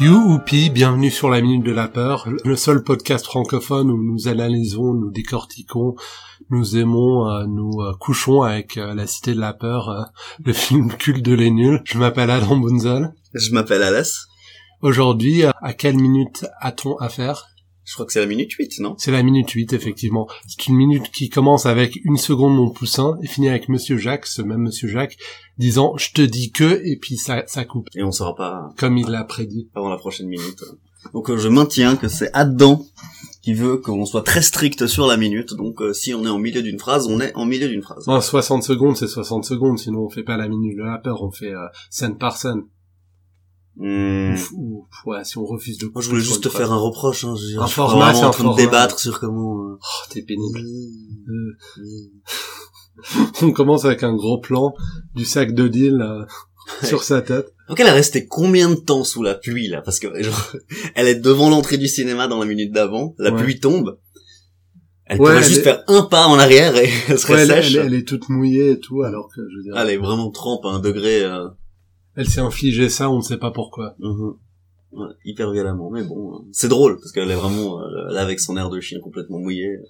Youpi, bienvenue sur la Minute de la Peur, le seul podcast francophone où nous analysons, nous décortiquons, nous aimons, euh, nous euh, couchons avec euh, La Cité de la Peur, euh, le film culte de Les Nuls. Je m'appelle Adam Bunzel. Je m'appelle Alas. Aujourd'hui, euh, à quelle minute a-t-on affaire Je crois que c'est la minute 8, non C'est la minute 8, effectivement. C'est une minute qui commence avec une seconde mon poussin et finit avec Monsieur Jacques, ce même Monsieur Jacques, disant je te dis que et puis ça, ça coupe, Et on saura pas comme il l'a prédit. avant la prochaine minute. Donc euh, je maintiens que c'est Adam qui veut qu'on soit très strict sur la minute. Donc euh, si on est en milieu d'une phrase, on est en milieu d'une phrase. Non, 60 secondes, c'est 60 secondes, sinon on fait pas la minute de la peur, on fait euh, scène par scène. Hmm. Ou, ou- ouais, si on refuse de Moi je voulais juste te faire un reproche. Hein. Je, je suis Un format, vraiment c'est un en train de format. débattre sur comment. euh, Oh, t'es pénible. Euh, Mm. on commence avec un gros plan du sac de deal euh, sur sa tête. Donc elle est restée combien de temps sous la pluie là Parce que genre, elle est devant l'entrée du cinéma dans la minute d'avant, la Ouais. pluie tombe. Elle Ouais, pourrait elle juste est- faire un pas en arrière et elle serait Ouais, elle, sèche. elle- elle est toute mouillée et tout, alors que je veux dire, Ah, Elle est vraiment trempe à un degré. euh, elle s'est infligée ça, on ne sait pas pourquoi. Mhm. Ouais, hyper violemment, mais bon, euh, c'est drôle parce qu'elle est vraiment euh, là avec son air de chien complètement mouillé, euh,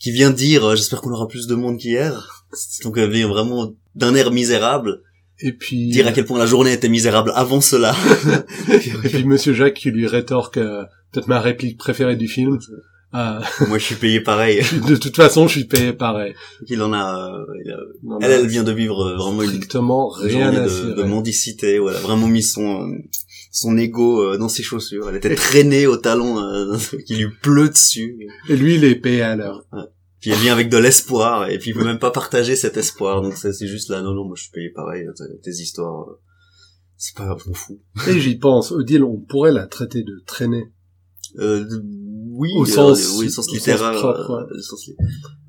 qui vient dire euh, j'espère qu'on aura plus de monde qu'hier. Donc elle vient vraiment d'un air misérable, Et puis, euh, dire à quel point la journée était misérable avant cela. et puis Monsieur Jacques qui lui rétorque euh, peut-être ma réplique préférée du film. euh, Moi je suis payé pareil. de toute façon, je suis payé pareil. Il en a, euh, il a- Non, elle, non, elle vient de vivre euh, vraiment une strictement rien journée à de, de cirer. mendicité. Voilà, vraiment mis son euh, son ego euh, dans ses chaussures. Elle était traînée au talon euh, qui lui pleut dessus. Et lui, il est payé à l'heure. Puis elle vient avec de l'espoir, et puis il peut même pas partager cet espoir, donc ça, c'est juste là, non, non, moi je suis payé pareil, hein, tes- tes histoires, euh, c'est pas grave, je m'en fous. Et j'y pense, Odile, on pourrait la traiter de traînée. Euh, oui, Au euh, sens- oui, au sens au littéraire, sens propre, euh, au sens li-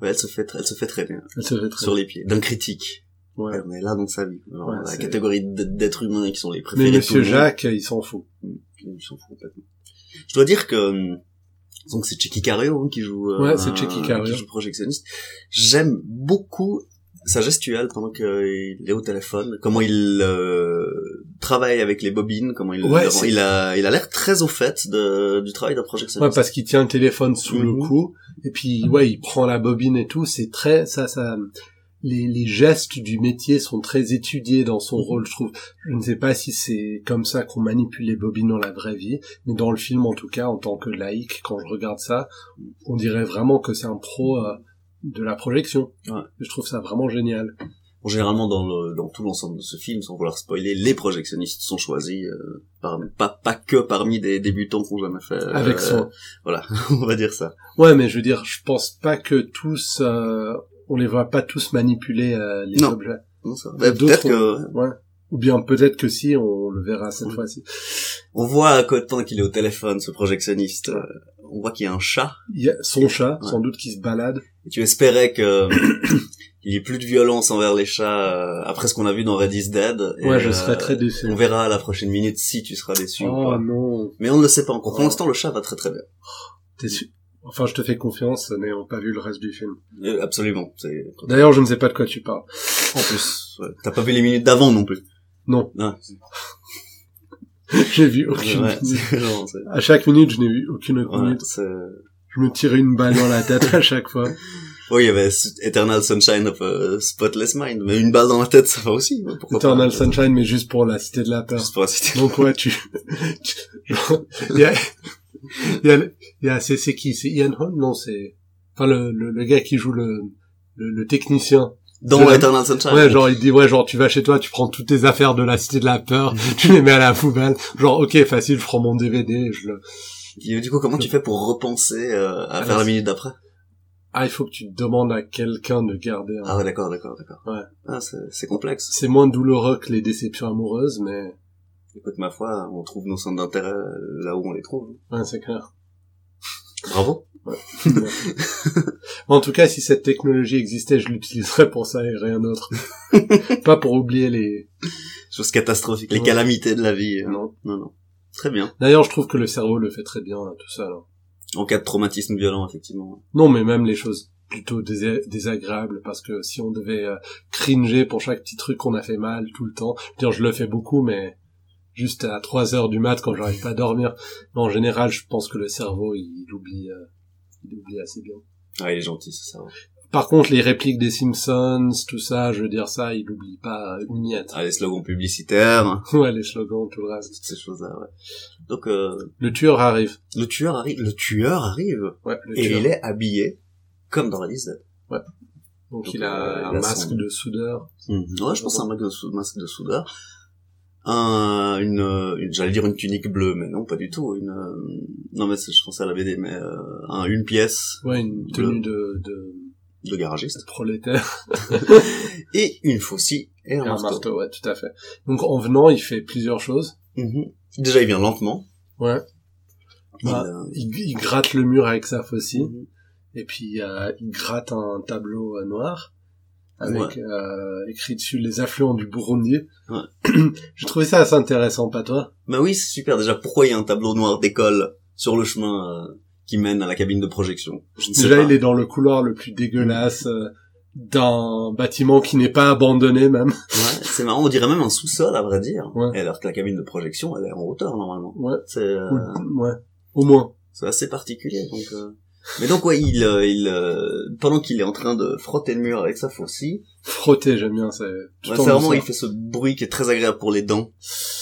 ouais, elle se fait, tra- elle se fait traîner, hein, Elle se fait traîner. sur les pieds, d'un critique. Ouais. Ouais, on est là dans sa vie. Alors, Ouais, la c'est- catégorie d- d'êtres humains qui sont les préférés. Mais de tout Monsieur le monde. Jacques, il s'en fout. Il s'en fout complètement. Je dois dire que euh, donc c'est Checky Cario hein, qui joue euh, Ouais, c'est un- Checky Cario. qui joue projectionniste. J'aime beaucoup sa gestuelle pendant qu'il est au téléphone, comment il euh, travaille avec les bobines, comment il Ouais, il- c'est- il a il a l'air très au fait de, du travail d'un Ouais, projectionniste. parce qu'il tient le téléphone sous le Mhm. cou, et puis ouais, il prend la bobine et tout. C'est très ça, ça. Les, les gestes du métier sont très étudiés dans Mhm. son rôle, je trouve. Je ne sais pas si c'est comme ça qu'on manipule les bobines dans la vraie vie, mais dans le film, en tout cas, en tant que laïc, quand je regarde ça, on dirait vraiment que c'est un pro euh, de la projection. Ouais. Je trouve ça vraiment génial. Bon, généralement dans le, dans tout l'ensemble de ce film, sans vouloir spoiler, les projectionnistes sont choisis euh, par, pas pas que parmi des débutants qui ont jamais fait euh, Avec son, voilà, on va dire ça. Ouais, mais je veux dire, je pense pas que tous, euh, on les voit pas tous manipuler euh, les Non. objets. Non, ça va. Mais Peut-être que d'autres- Ouais. Ou bien peut-être que si, on le verra cette Oui. fois-ci. On voit à côté pendant qu'il est au téléphone, ce projectionniste, euh, on voit qu'il y a un chat. Il y a son chat, Ouais. sans doute, qui se balade. Et tu espérais que il y ait plus de violence envers les chats euh, après ce qu'on a vu dans Red is Dead. Et, Ouais, je euh, serais très déçu. On verra à la prochaine minute si tu seras déçu ou Oh pas. non, Mais on ne le sait pas encore. Pour Oh. l'instant, le chat va très très bien. t'es su- Enfin, je te fais confiance, n'ayant pas vu le reste du film. Euh, Absolument. c'est- D'ailleurs, je ne sais pas de quoi tu parles. En plus, ouais, t'as pas vu les minutes d'avant non plus. Non. Non. J'ai vu Ouais, aucune minute. c'est- non, c'est- À chaque minute, je n'ai vu aucune autre ouais, minute. c'est- Je me tirais une balle dans la tête à chaque fois. Oui, oh, il y avait Eternal Sunshine of a Spotless Mind, mais une balle dans la tête, ça va aussi. ouais, pourquoi pas. Eternal Sunshine, mais juste pour la cité de la peur. Juste pour la citer. Donc ouais, tu... tu- il y a... Il y a, le- il y a c'est, c'est qui C'est Ian Holm Non, c'est... Enfin, le, le, le gars qui joue le, le, le technicien. Dans Ouais. Eternal Sunshine. Ouais, genre, il dit, ouais, genre, tu vas chez toi, tu prends toutes tes affaires de la Cité de la Peur, tu les mets à la poubelle. Genre, ok, facile, je prends mon DVD et je le... Et du coup, comment tu fais pour repenser euh, à Ah, faire non, la minute d'après Ah, il faut que tu demandes à quelqu'un de garder. un- Ah ouais, d'accord, d'accord, d'accord. Ouais. Ah, c'est c'est complexe. C'est moins douloureux que les déceptions amoureuses, mais... Écoute, ma foi, on trouve nos centres d'intérêt euh, là où on les trouve. Ouais, c'est clair. Bravo. En tout cas, si cette technologie existait, je l'utiliserais pour ça et rien d'autre. Pas pour oublier les... Chose catastrophique, les Ouais. calamités de la vie. euh, Non. Non, non. Très bien. D'ailleurs, je trouve que le cerveau le fait très bien, hein, tout ça. là. En cas de traumatisme violent, effectivement. Non, mais même les choses plutôt désé- désagréables, parce que si on devait euh, cringer pour chaque petit truc qu'on a fait mal tout le temps, je veux dire, je le fais beaucoup, mais je juste à 3 heures du mat quand j'arrive pas à dormir. Mais en général, je pense que le cerveau, il oublie, euh, il oublie assez bien. Ah, il est gentil, ce cerveau. Par contre, les répliques des Simpsons, tout ça, je veux dire ça, il oublie pas euh, une miette. Ah, les slogans publicitaires, hein. Ouais, les slogans, tout le reste. toutes ces choses-là, ouais. Donc, euh, Le tueur arrive. le tueur arrive, le tueur arrive, Ouais, le et tueur. il est habillé comme dans la liste. Donc, Donc, il a euh, un il a masque son- de soudeur. Ouais, je pense à un masque de, sou- masque de soudeur. Un, une, euh, une- j'allais dire une tunique bleue, mais non, pas du tout. Une, euh, non, mais c'est- je pensais à la BD, mais euh, un- une pièce Ouais, une tenue de, de, de garagiste. de prolétaire. Et une faucille et Et un, un marteau. marteau, ouais, tout à fait. Donc, en venant, il fait plusieurs choses. Mhm. Déjà, il vient lentement. Ouais. Il, Ah. euh, Il, il gratte le mur avec sa faucille. Mhm. Et puis, euh, il gratte un tableau euh, noir. Avec, euh, écrit dessus les affluents du Burundi. Ouais. J'ai trouvé ça assez intéressant, pas toi? Bah oui, c'est super. Déjà, pourquoi il y a un tableau noir d'école sur le chemin euh, qui mène à la cabine de projection Je ne sais Déjà, pas. il est dans le couloir le plus dégueulasse euh, d'un bâtiment qui n'est pas abandonné même. Ouais, c'est marrant, on dirait même un sous-sol, à vrai dire. Ouais. Et alors que la cabine de projection, elle est en hauteur, normalement. Ouais. C'est... euh, Ou- ouais. Au moins. c'est assez particulier donc euh. mais donc ouais il euh, il euh, pendant qu'il est en train de frotter le mur avec sa faucille Frotter, j'aime bien ça. Tout ouais, en c'est vraiment il douceur. fait ce bruit qui est très agréable pour les dents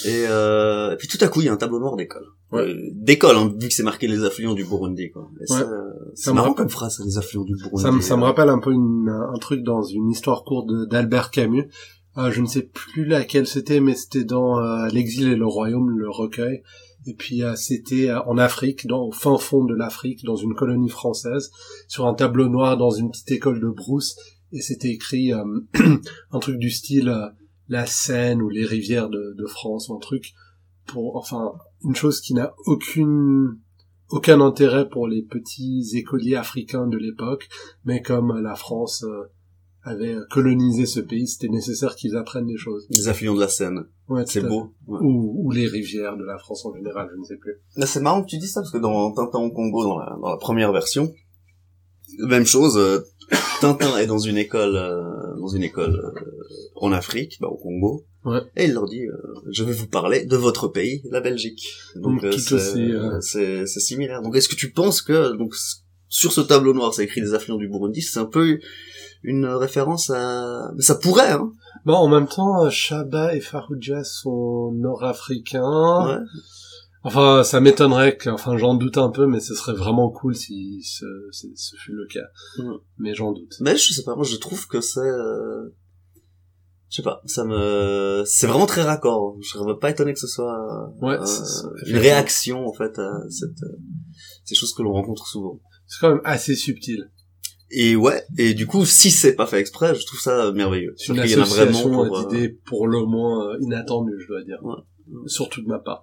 et, euh, et puis tout à coup il y a un tableau noir d'école Ouais. Euh, d'école hein, vu que c'est marqué les affluents du Burundi quoi Et Ouais. ça, euh, Ça c'est me marrant rappelle- comme phrase ça, les affluents du Burundi Ça me, ça me rappelle un peu une- un truc dans une histoire courte de- d'Albert Camus. Euh, je ne sais plus laquelle c'était, mais c'était dans euh, L'exil et le royaume, le recueil. Et puis euh, c'était euh, en Afrique, dans, au fin fond de l'Afrique, dans une colonie française, sur un tableau noir dans une petite école de brousse. Et c'était écrit euh, un truc du style euh, la Seine ou les rivières de, de France, ou un truc pour, enfin, une chose qui n'a aucune aucun intérêt pour les petits écoliers africains de l'époque mais comme la France euh, avait colonisé ce pays, c'était nécessaire qu'ils apprennent des choses. les affluents de la Seine Ouais, c'est tout à beau ouais. fait. Ou, ou les rivières de la France en général, je ne sais plus. Là, c'est marrant que tu dis ça, parce que dans Tintin au Congo, dans la, dans la première version, même chose, euh, Tintin est dans une école, euh, dans une école euh, en Afrique, bah, au Congo, Ouais. et il leur dit, euh, je vais vous parler de votre pays, la Belgique. Donc, Mm, euh, tout c'est, aussi, euh. c'est, c'est similaire. Donc, est-ce que tu penses que, donc, s- sur ce tableau noir, c'est écrit les affluents du Burundi, c'est un peu une référence à... Mais ça pourrait, hein Bon, en même temps, euh, Shaba et Faroudja sont nord-africains. Ouais. Enfin, ça m'étonnerait que, enfin, j'en doute un peu, mais ce serait vraiment cool si ce, ce, ce fut le cas. Ouais. Mais j'en doute. Mais Bah, je sais pas, moi je trouve que c'est... euh, Je sais pas, ça me... C'est vraiment très raccord. Je serais pas étonné que ce soit euh, Ouais, euh, c'est- c'est- une réaction en fait à cette, euh, ces choses que l'on rencontre souvent. C'est quand même assez subtil. Et ouais, et du coup, si c'est pas fait exprès, je trouve ça merveilleux. C'est une Il y en a association pour, euh, d'idées pour le moins euh, inattendue, je dois dire. Ouais. Surtout de ma part.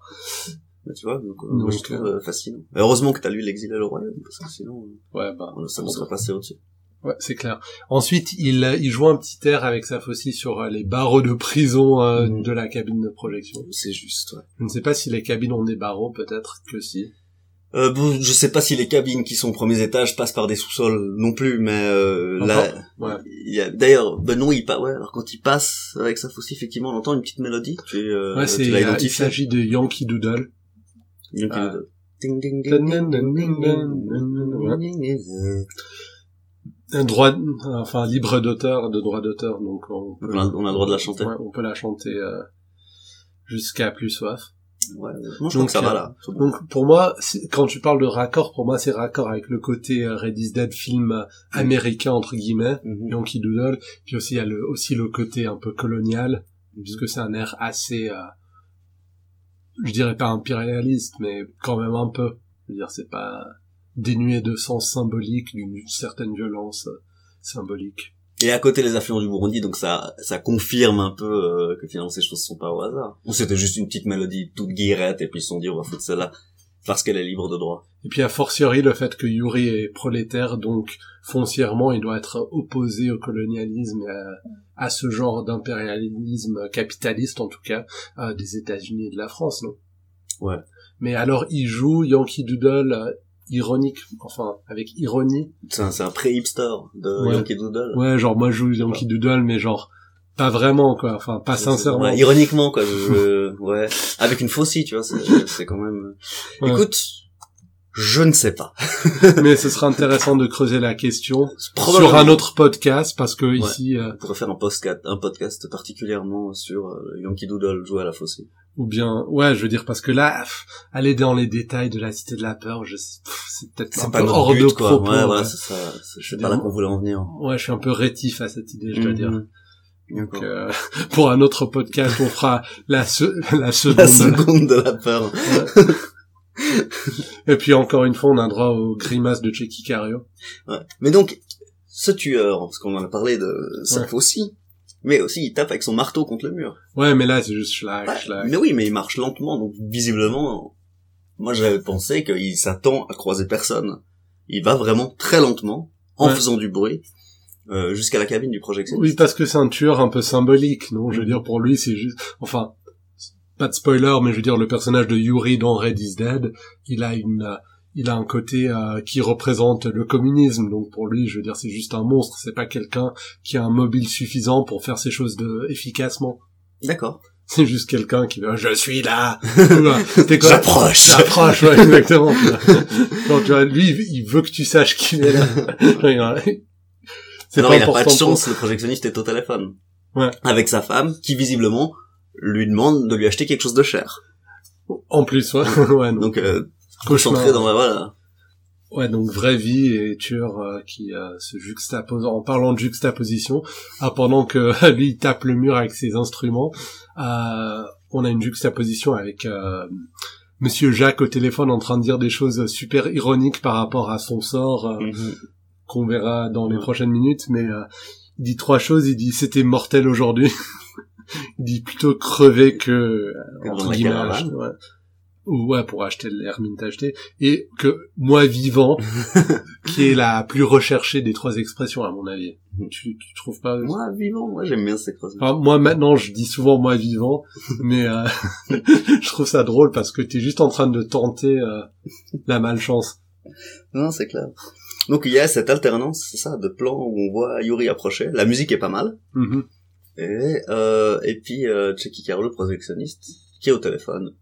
bah, tu vois, donc, euh, moi, je Donc, trouve euh, fascinant. Et heureusement que t'as lu L'exil et le royaume, parce que sinon, euh, Ouais, bah. on- ça nous serait passé au-dessus. Ouais, c'est clair. Ensuite, il, euh, il joue un petit air avec sa faucille sur euh, les barreaux de prison euh, Mhm. de la cabine de projection. C'est juste, ouais. Je ne sais pas si les cabines ont des barreaux, peut-être que si. Euh, bon, je sais pas si les cabines qui sont aux premiers étages passent par des sous-sols non plus, mais euh, Encore là, Ouais. il y a- d'ailleurs, ben non, il passe. Ouais, alors quand il passe avec sa faucille, effectivement, on entend une petite mélodie. Tu, euh, ouais, c'est, tu l'as euh, il identifié. s'agit de Yankee Doodle. Donc, il Ah. doit- Ding, ding, ding, ding, ding, ding, ding, Ouais. ding, ding, ding. Un droit, enfin, libre d'auteur, de droit d'auteur, donc on peut, On a- on a le droit de la chanter. Ouais, on peut la chanter euh, jusqu'à plus soif. Ouais, moi, je Donc, trouve que ça euh, va là. C'est bon. Donc pour moi, c'est- quand tu parles de raccord, pour moi c'est raccord avec le côté euh, Red is Dead film Mm. euh, américain entre guillemets. Mhm. Yankee Doodle. Puis aussi, il y a le, aussi le côté un peu colonial, puisque c'est un air assez, euh, je dirais pas impérialiste, mais quand même un peu. Je veux dire, c'est pas dénué de sens symbolique, d'une certaine violence euh, symbolique. Et à côté les affluents du Burundi, donc ça, ça confirme un peu euh, que finalement ces choses sont pas au hasard. Ou c'était juste une petite mélodie toute guirette et puis ils se sont dit on va foutre celle-là parce qu'elle est libre de droit. Et puis, a fortiori, le fait que Yuri est prolétaire, donc foncièrement, il doit être opposé au colonialisme et à, à ce genre d'impérialisme capitaliste, en tout cas, euh, des États-Unis et de la France, non Ouais. Mais alors, il joue Yankee Doodle euh, ironique, enfin, avec ironie. C'est un, c'est un pré-hipster de Ouais. Yankee Doodle. Ouais, genre, moi, je joue Yankee Doodle, mais genre, pas vraiment quoi, enfin pas sincèrement. Ouais, ironiquement quoi, je, je- ouais, avec une faucille, tu vois, c'est c'est quand même. Ouais. Écoute, je ne sais pas. Mais ce sera intéressant de creuser la question Probablement, sur un autre podcast parce que ici euh, On pourrait faire un podcast, un podcast particulièrement sur euh, Yankee Doodle joué à la faucille. ou bien ouais, je veux dire parce que là pff, aller dans les détails de la cité de la peur, je sais- pff, c'est peut-être un C'est peu pas notre hors but, de quoi. propos. ouais, ouais. voilà, c'est ça. c'est- Je veux C'est pas là dire- qu'on voulait en venir. Ouais, je suis un peu rétif à cette idée, je dois dire. Mhm. D'accord. Donc, euh, pour un autre podcast, on fera la, se- la seconde. La seconde de la peur. Et puis encore une fois, on a droit aux grimaces de Checky Cario. Ouais. Mais donc, ce tueur, parce qu'on en a parlé de sa Ouais. faucille, mais aussi il tape avec son marteau contre le mur. Ouais, mais là, c'est juste schlag, Ouais, schlag. mais oui, mais il marche lentement, donc visiblement, moi j'avais pensé qu'il s'attend à croiser personne. Il va vraiment très lentement, en Ouais. faisant du bruit, euh, jusqu'à la cabine du projectionniste. Oui, parce que c'est un tueur un peu symbolique, non Mhm. Je veux dire, pour lui, c'est juste... Enfin, pas de spoiler, mais je veux dire, le personnage de Yuri dans Red is Dead, il a une... euh, Il a un côté euh, qui représente le communisme, donc pour lui, je veux dire, c'est juste un monstre. C'est pas quelqu'un qui a un mobile suffisant pour faire ces choses de... efficacement. D'accord. C'est juste quelqu'un qui va, je suis là. Tu vois, T'es quoi J'approche. J'approche, ouais, exactement. Quand tu vois, lui, il veut que tu saches qu'il est là. Genre, il- C'est Alors pas il a important. pas de pour- chance, le projectionniste est au téléphone. Ouais. Avec sa femme, qui visiblement lui demande de lui acheter quelque chose de cher. En plus, ouais. ouais, non. Donc, euh, Cauchemar. concentré dans la, voilà. Ouais, donc vraie vie et tueur euh, qui euh, se juxtapose en parlant de juxtaposition, ah, pendant que lui il tape le mur avec ses instruments, euh, on a une juxtaposition avec euh, Monsieur Jacques au téléphone en train de dire des choses super ironiques par rapport à son sort euh, qu'on verra dans les Ouais. prochaines minutes, mais euh, il dit trois choses, il dit c'était mortel aujourd'hui, il dit plutôt crevé que euh, Que dans entre la guillemets, caravane. ouais. Ou, ouais, pour acheter l'hermine acheté et que moi vivant, qui est la plus recherchée des trois expressions à mon avis. Tu, tu trouves pas Mhm. Moi, vivant, moi j'aime bien ces croisements. Enfin, moi maintenant je dis souvent moi vivant, mais euh, je trouve ça drôle parce que t'es juste en train de tenter euh, la malchance. Non, c'est clair. Donc il y a cette alternance, c'est ça, de plans où on voit Yuri approcher. La musique est pas mal. Mhm. Et, euh, et puis euh, Checky Caro, le projectionniste, qui est au téléphone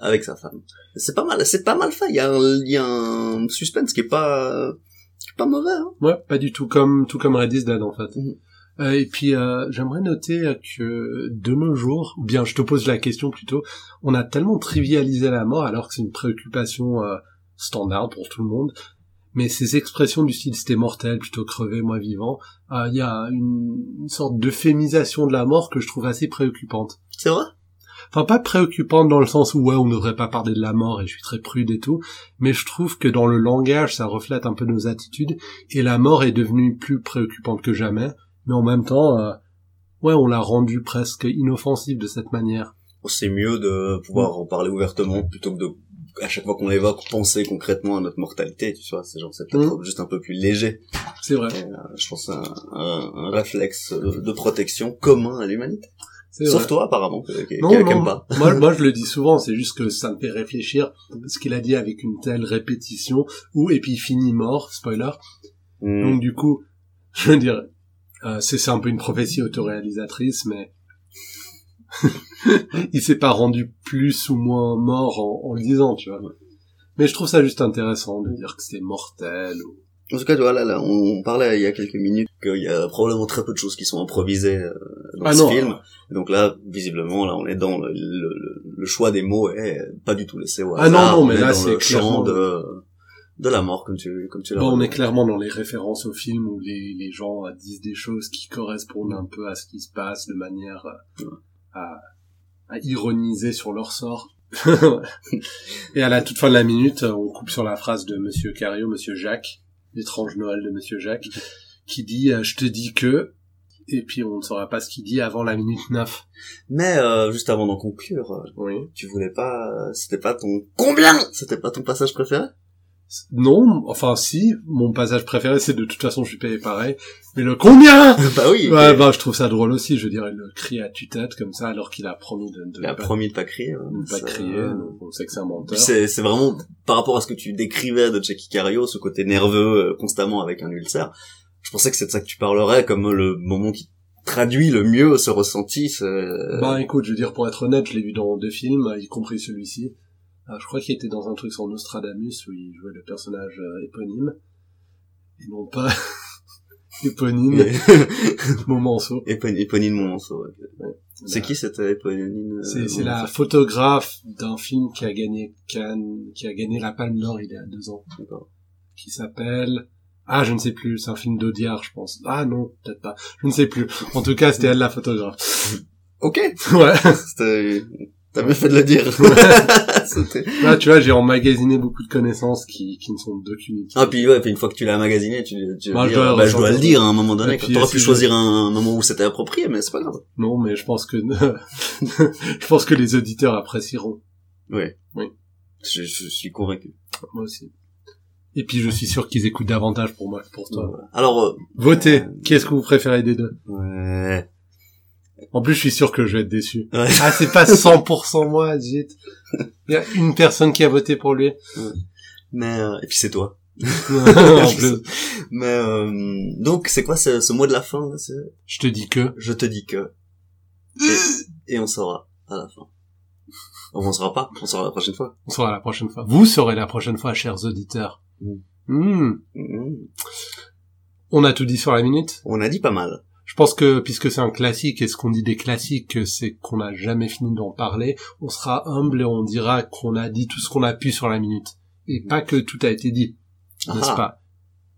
avec sa femme. C'est pas mal, c'est pas mal fait. Il y, a un- il y a un suspense qui est pas, qui est pas mauvais. Hein. Ouais, pas du tout comme tout comme Red is Dead en fait. Mhm. Euh, et puis euh, j'aimerais noter euh, que de nos jours, ou bien je te pose la question plutôt, on a tellement trivialisé la mort alors que c'est une préoccupation euh, standard pour tout le monde. Mais ces expressions du style c'était mortel plutôt crevé moi vivant, euh, il y a une, une sorte d'euphémisation de la mort que je trouve assez préoccupante. C'est vrai. Enfin pas préoccupante dans le sens où ouais on ne devrait pas parler de la mort et je suis très prude et tout, mais je trouve que dans le langage ça reflète un peu nos attitudes et la mort est devenue plus préoccupante que jamais, mais en même temps euh, ouais on l'a rendue presque inoffensive de cette manière. C'est mieux de pouvoir en parler ouvertement plutôt que de à chaque fois qu'on l'évoque penser concrètement à notre mortalité. Tu vois, c'est genre c'est peut-être juste un peu plus léger. Euh, C'est vrai. je pense, un, un, un réflexe de de protection commun à l'humanité. C'est Sauf vrai. toi, apparemment, qui, qui, Non, qui- qui non, aime pas. moi, moi, je le dis souvent, c'est juste que ça me fait réfléchir ce qu'il a dit avec une telle répétition, ou et puis il finit mort, spoiler. Hmm. Mm. Donc du coup, je veux dire, euh, c'est c'est un peu une prophétie autoréalisatrice, mais il s'est pas rendu plus ou moins mort en, en le disant, tu vois. Mais je trouve ça juste intéressant de dire que c'est mortel. Ou... En tout cas, tu vois, là, là, on, on parlait il y a quelques minutes qu'il y a probablement très peu de choses qui sont improvisées euh, dans Ah ce non. film. Donc là, visiblement, là, on est dans le, le- le- le choix des mots est pas du tout laissé au Ah non, hasard. non, On mais est là, dans c'est le clairement- champ de, de la mort, comme tu, comme tu l'as Là, on dit. est clairement dans les références au film où les, les gens euh, disent des choses qui correspondent un peu à ce qui se passe de manière euh, à, à ironiser sur leur sort. Et à la toute fin de la minute, euh, on coupe sur la phrase de Monsieur Cario, Monsieur Jacques, l'étrange Noël de Monsieur Jacques, qui dit euh, Je te dis que », et puis on ne saura pas ce qu'il dit avant la minute 9. Mais euh, juste avant d'en conclure, euh, Oui. tu voulais pas... euh, C'était pas ton... Combien C'était pas ton passage préféré Non, enfin si, mon passage préféré, c'est de toute façon je suis payé pareil, mais le « Combien ?» Bah oui Ouais, bah, je trouve ça drôle aussi, je veux dire, il le crie à tue-tête comme ça, alors qu'il a promis de de Il ne a pas, promis de pas crier. hein. de ne pas Ça- crier, donc on sait que c'est un menteur. Puis C'est c'est vraiment par rapport à ce que tu décrivais de Jackie Cario, ce côté nerveux euh, constamment avec un ulcère. Je pensais que c'est de ça que tu parlerais, comme le moment qui traduit le mieux ce ressenti. ce- Bah écoute, je veux dire, pour être honnête, je l'ai vu dans deux films, y compris celui-ci. Euh, je crois qu'il était dans un truc sur Nostradamus où il jouait le personnage euh, éponyme. Et non pas éponyme, Momenceau. euh, Épon- Éponine Monceau. ouais. C'est Bah, qui cette euh, Éponine euh, C'est c'est Monceau la photographe d'un film qui a gagné Cannes, qui a gagné la Palme d'Or il y a deux ans, D'accord. qui s'appelle ah je ne sais plus, c'est un film d'Audiard je pense. Ah non, peut-être pas, je ne sais plus. En tout cas c'était elle la photographe. Ok. Ouais. C'était- T'as bien fait de le dire. C'était- Là tu vois j'ai emmagasiné beaucoup de connaissances qui qui ne sont d'aucune utilité. ah puis ouais, puis une fois que tu l'as magasiné, tu, tu Moi, je dis, dois ah, bah, je dois ressentir. le dire à un moment Et donné. quoi. puis, T'aurais si pu je- choisir un, un moment où c'était approprié, mais c'est pas grave. Non mais je pense que je pense que les auditeurs apprécieront. Je, je suis convaincu. Moi aussi. Et puis je suis sûr qu'ils écoutent davantage pour moi que pour toi. Alors, euh, Votez. Qui est-ce que vous préférez des deux ouais. En plus je suis sûr que je vais être déçu. Ouais. Ah, c'est pas 100% moi, zut. Il y a une personne qui a voté pour lui. Mais euh, et puis c'est toi. En plus, Mais euh, donc c'est quoi ce, ce mot de la fin là, c'est- je te dis que. Je te dis que et, et on saura à la fin. Enfin, on saura pas, on saura la prochaine fois. On saura la prochaine fois. Vous saurez la prochaine fois, chers auditeurs. Mm. Hmm. Mhm. On a tout dit sur la minute. On a dit pas mal. Je pense que, puisque c'est un classique, et ce qu'on dit des classiques, c'est qu'on n'a jamais fini d'en parler, on sera humble et on dira qu'on a dit tout ce qu'on a pu sur la minute. Et pas que tout a été dit, n'est-ce Ah. pas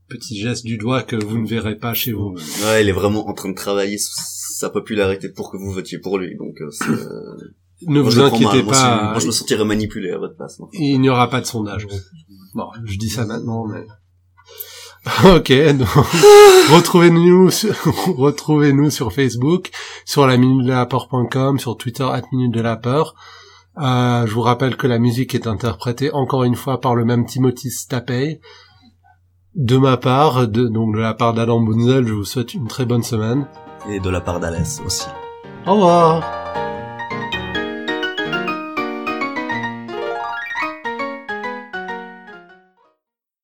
Petit geste du doigt que vous ne verrez pas chez vous. Ouais, il est vraiment en train de travailler sur sa popularité pour que vous votiez pour lui. Donc euh, c'est, euh, Ne moi, je vous le prends mal. inquiétez Moi, pas. c'est- moi, je me sentirais manipulé à votre place. non. Il n'y aura pas de sondage. Bon, je dis ça maintenant, mais... Ok, donc, retrouvez-nous, sur- retrouvez-nous sur Facebook, sur la minute de la peur.com, sur Twitter, at minute de la peur. Euh, je vous rappelle que la musique est interprétée encore une fois par le même Timothy Stapey. De ma part, de, donc de la part d'Adam Bunzel, je vous souhaite une très bonne semaine. Et de la part d'Alès aussi. Au revoir!